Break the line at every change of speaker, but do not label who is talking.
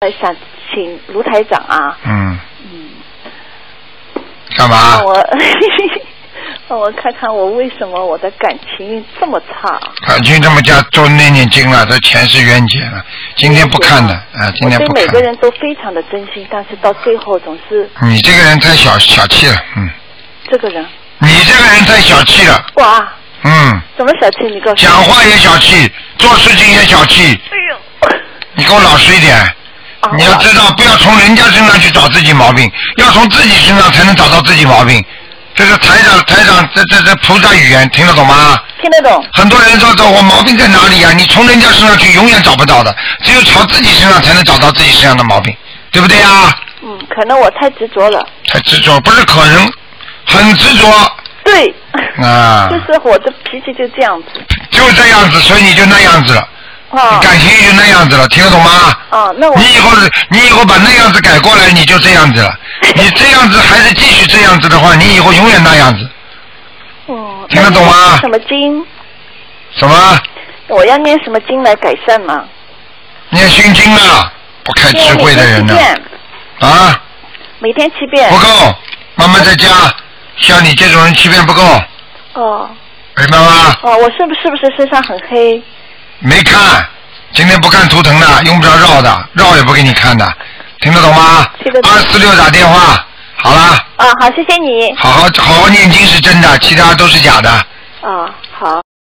呃，想请卢台长啊，
嗯，
嗯，
干嘛
让？我 让我看看我为什么我的感情运这么差。
感情啊这么加都念念经了，这前世冤结了，今天不看的啊，今天
嗯我
不
对
看
每。个人都非常的真心，但是到最后总是
你这个人太小小气了，嗯，
这个人
你这个人太小气了，
哇，
嗯，
怎么小气？你告诉
讲
我。
话也小气，做事情也小气，
哎呦，
你给我老实一点。
啊
你要知道，不要从人家身上去找自己毛病，要从自己身上才能找到自己毛病。这是台长，台长，这这这菩萨语言，听得懂吗？
听得懂？
很多人说找我毛病在哪里呀、啊你从人家身上去永远找不到的，只有朝自己身上才能找到自己身上的毛病，对不对呀、
嗯，可能我太执着了。
太执着不是可能，很执着
对，
啊，
就是我的脾气就这样子
就这样子，所以你就那样子了，
啊
你感情也就那样子了，听得懂吗？
啊，那我
你以后你以后把那样子改过来，你就这样 子了。你这样子还是继续这样子的话，你以后永远那样子。
嗯，
听得懂吗
那我念什么经？
什么？
我要念什么经来改善吗？
念心经啊，不开智慧的人呢、
念每天七遍
啊，
每天七遍
不。够，慢慢再加。像你这种人欺骗不够，
哦
明白吗？
哦，我是不是不是身上很黑？
没看，今天不看图腾的，用不着绕的，绕也不给你看的，听得懂吗
听得？懂
二四六打电话，好啦，
啊，好，谢谢你。
好好好好念经是真的，其他都是假的，
啊，